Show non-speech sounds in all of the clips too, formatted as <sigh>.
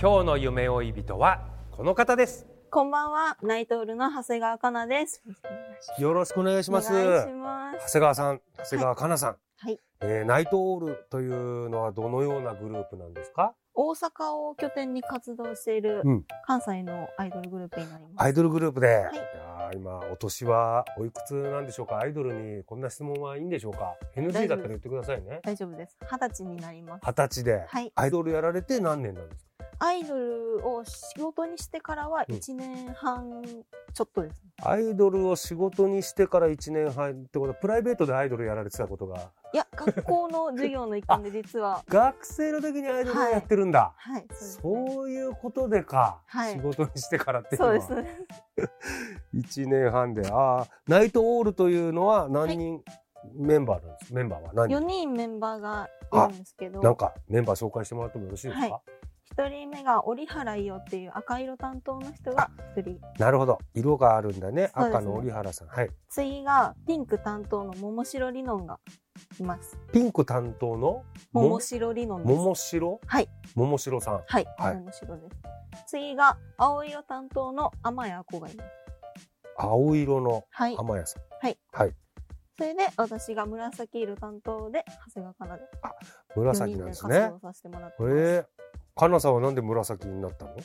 今日の夢追い人はこの方ですこんばんは、ナイトールの長谷川かなです。よろしくお願いしお願いますします。長谷川さん長谷川かなさん、はいえーナイトオールというのはどのようなグループなんですか大阪を拠点に活動しているうん関西のアイドルグループになります。アイドルグループで、いいやー今お年はおいくつなんでしょうかアイドルにこんな質問はいいんでしょうか NG だったら言ってくださいね大丈夫です。二十歳になります。二十歳で、はいアイドルやられて何年なんですかアイドルを仕事にしてからはうん1年半ちょっとです、ねアイドルを仕事にしてから1年半ってことはプライベートでアイドルやられてたことがいや、学校の授業の一環で実は、学生の時にアイドルをやってるんだ、はい、そうですね、そういうことでか、はい仕事にしてからっていうのそうはですね。 1年半でああナイトオールというのは何人、メンバーなんですメンバーは何4人人メンバーがいるんですけど、なんかメンバー紹介してもらってもよろしいですか、はい1人目が折原伊代っていう赤色担当の人が1人、なるほど色があるんだねそうですね赤の折原さんはい次がピンク担当の桃城りのんがいます。ピンク担当の桃城りのんです。桃城はい桃城さんはい、はい桃城です。次が青色担当の天谷子がいます。青色のはい。浜谷さんそれで私が紫色担当で長谷川かなで紫四なんです人でね活動させてもらってえます。ー、かなさんはなんで紫になったの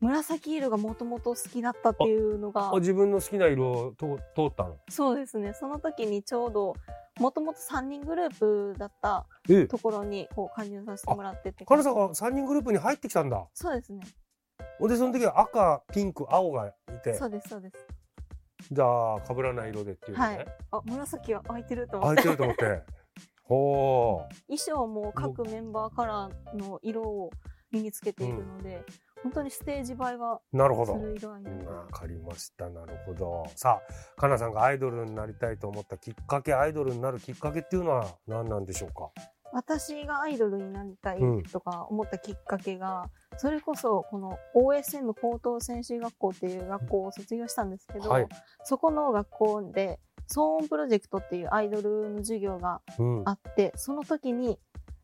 紫色がもともと好きだったっていうのがあ、自分の好きな色をと通ったのそうですね。その時にちょうどもともと3人グループだったえところにこう加入させてもらってて。かなさんが3人グループに入ってきたんだそうですね。ほんでその時は赤ピンク青がいてそうです、そうです。じゃあ被らない色でっていうのね、あ、紫は空いてると思って空いてると思って <laughs> ほー衣装も各メンバーカラーの色を身につけているので、本当にステージ映えはなるほすどる色合いになってわまかりましたなるほどさあかなさんがアイドルになりたいと思ったきっかけアイドルになるきっかけっていうのは何なんでしょうかす私がアイドルになりたいうんとか思ったきっかけが、それこそこの OSM 高等専修学校っていう学校を卒業したんですけど、はいそこの学校で騒音プロジェクトっていうアイドルの授業がうんあってその時に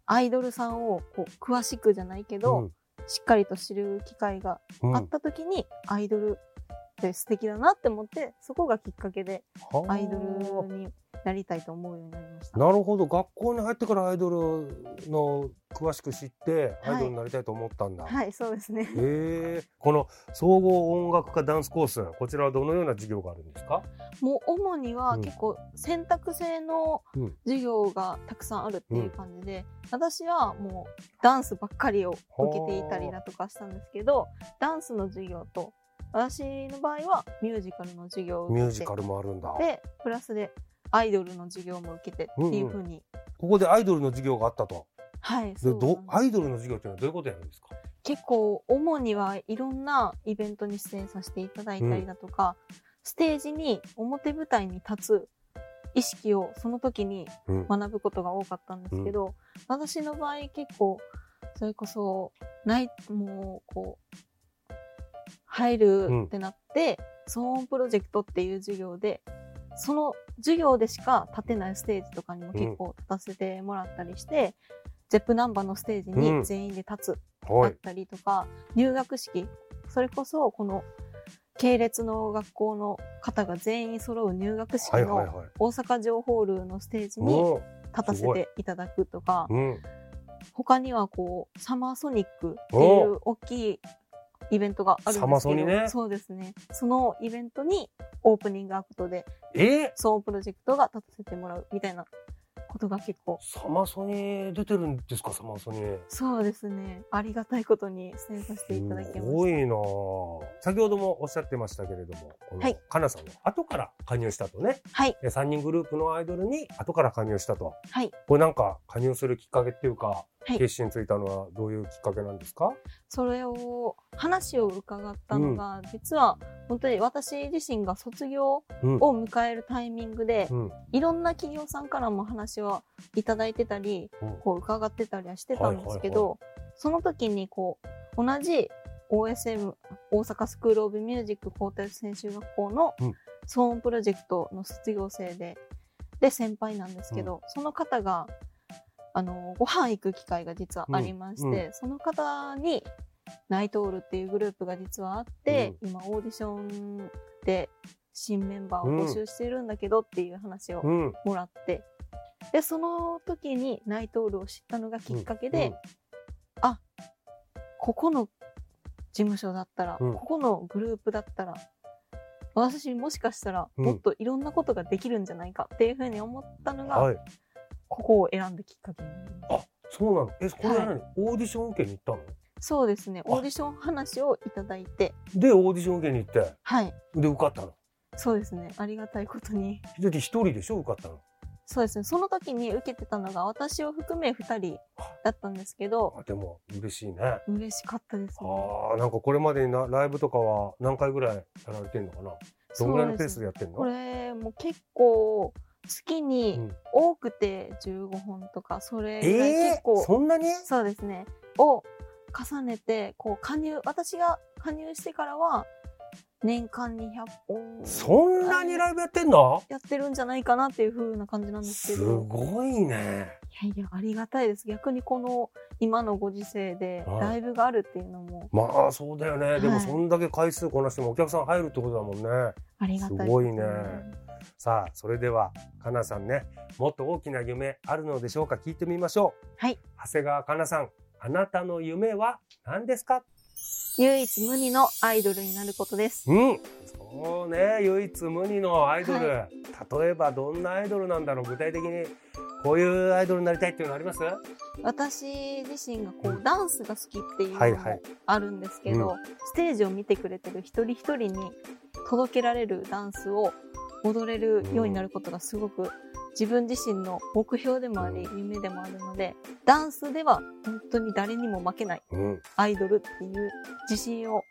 アイドルさんをこう詳しくじゃないけど、しっかりと知る機会がうんうん会った時にアイドルって素敵だなって思ってそこがきっかけではあアイドルになりたいと思うようになりましたなるほど学校に入ってからアイドルの詳しく知ってはいアイドルになりたいと思ったんだ、はいそうですねへえこの総合音楽科ダンスコースこちらはどのような授業があるんですかもう主にはうん結構選択制のうん授業がたくさんあるっていう感じで、私はもうダンスばっかりを受けていたりだとかしたんですけどダンスの授業と私の場合はミュージカルの授業をミュー受けジてカルもあるんだでプラスでアイドルの授業も受けてっていうふうに、ここでアイドルの授業があったとはいでそうなんどですアイドルの授業っていうのはどういうことやるんですか結構主にはいろんなイベントに出演させていただいたりだとか、ステージに表舞台に立つ意識をその時にうん学ぶことが多かったんですけど、私の場合結構それこそないもうこう入るってなって、騒音プロジェクトっていう授業でその授業でしか立てないステージとかにも結構立たせてもらったりして、ゼップナンバーのステージに全員で立つだはっいたりとか、入学式それこそこの系列の学校の方が全員揃う入学式はいはいのはい大阪城ホールのステージにおー立たせていただくとか、うん他にはこう、サマーソニックっていう大きいイベントがあるんですけどサマソニねそうですね。そのイベントにオープニングアクトで、えソーンプロジェクトが立たせてもらうみたいなことが結構、サマソニ出てるんですかサマソニそうですね。ありがたいことに出演させていただきすまごしいなあ先ほどもおっしゃってましたけれども、このはいかなさんは後から加入したとね、た。はい。で3人グループのアイドルに後から加入したと。はい。これなんか加入するきっかけっていうか、い決心ついたのはどういうきっかけなんですかそれを、話を伺ったのが、実は本当に私自身が卒業うん。を迎えるタイミングで、うん。いろんな企業さんからも話をいただいてたり、うんこう伺ってたりはしてたんですけど、はいその時にこう同じ OSM 大阪スクール・オブ・ミュージック皇太子専修学校のうん騒音プロジェクトの卒業生でで先輩なんですけど、その方があのご飯行く機会が実はありまして、うんその方にナイトオールっていうグループが実はあって、今オーディションで新メンバーを募集してるんだけどっていう話をうん。もらってでその時にナイトールを知ったのがきっかけで、ここの事務所だったら、うんここのグループだったら私もしかしたらうんもっといろんなことができるんじゃないかっていうふうに思ったのうん、が、はい。ここを選んだきっかけになりますあ、そうなのえ、これは何、はオーディション受けに行ったのそうですねオーディション話をいただいてで、オーディション受けに行って、はいで、受かったの。そうですねありがたいことにで、一人でしょ受かったの。そうですねその時に受けてたのが私を含め2人だったんですけどあでも、嬉しいね。嬉しかったですねああ、なんかこれまでになライブとかは何回ぐらいやられてんのかなどんぐらいのペースでやってんのこれも結構月うにん多くて15本とかそれぐらいえ結え構、そんなにそうですねを重ねてこう加入私が加入してからは年間に100本そんなにライブやってんのやってるんじゃないかなっていう風な感じなんですすけどごいね。いやいやありがたいです逆にこの今のご時世ではいライブがあるっていうのもまあそうだよね、ではもいそんだけ回数こなしてもお客さん入るってことだもんねありがたいですごいねさあそれではかなさんねもっと大きな夢あるのでしょうか聞いてみましょうはい長谷川かなさんあなたの夢は何ですか唯一無二のアイドルになることですうんそうね唯一無二のアイドル、は例えばどんなアイドルなんだろう具体的にこういうアイドルになりたいっていうのあります私自身がこうダンスが好きっていうはのいはいもあるんですけど、ステージを見てくれてる一人一人に届けられるダンスを踊れるようになることがすごく自分自身の目標でもあり、う夢でもあるのでダンスでは本当に誰にも負けないうんアイドルっていう自信を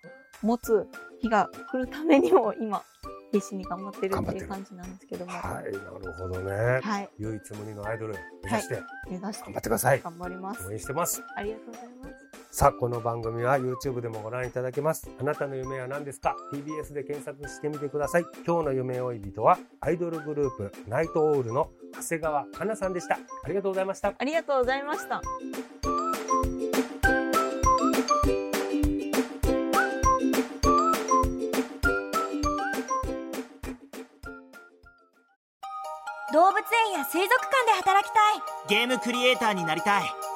持つ日が来るためにも今必死に頑張ってる頑張っってているう感じなんですけども、ははないるほどね、い、唯一無二のアイドル目指して目指して頑張ってください頑張ります応。援してますありがとうございます。さあこの番組は YouTube でもご覧いただけますあなたの夢は何ですか TBS で検索してみてください今日の夢追い人はアイドルグループナイトオールの長谷川香奈さんでしたありがとうございましたありがとうございました。動物園や水族館で働きたいゲームクリエイターになりたい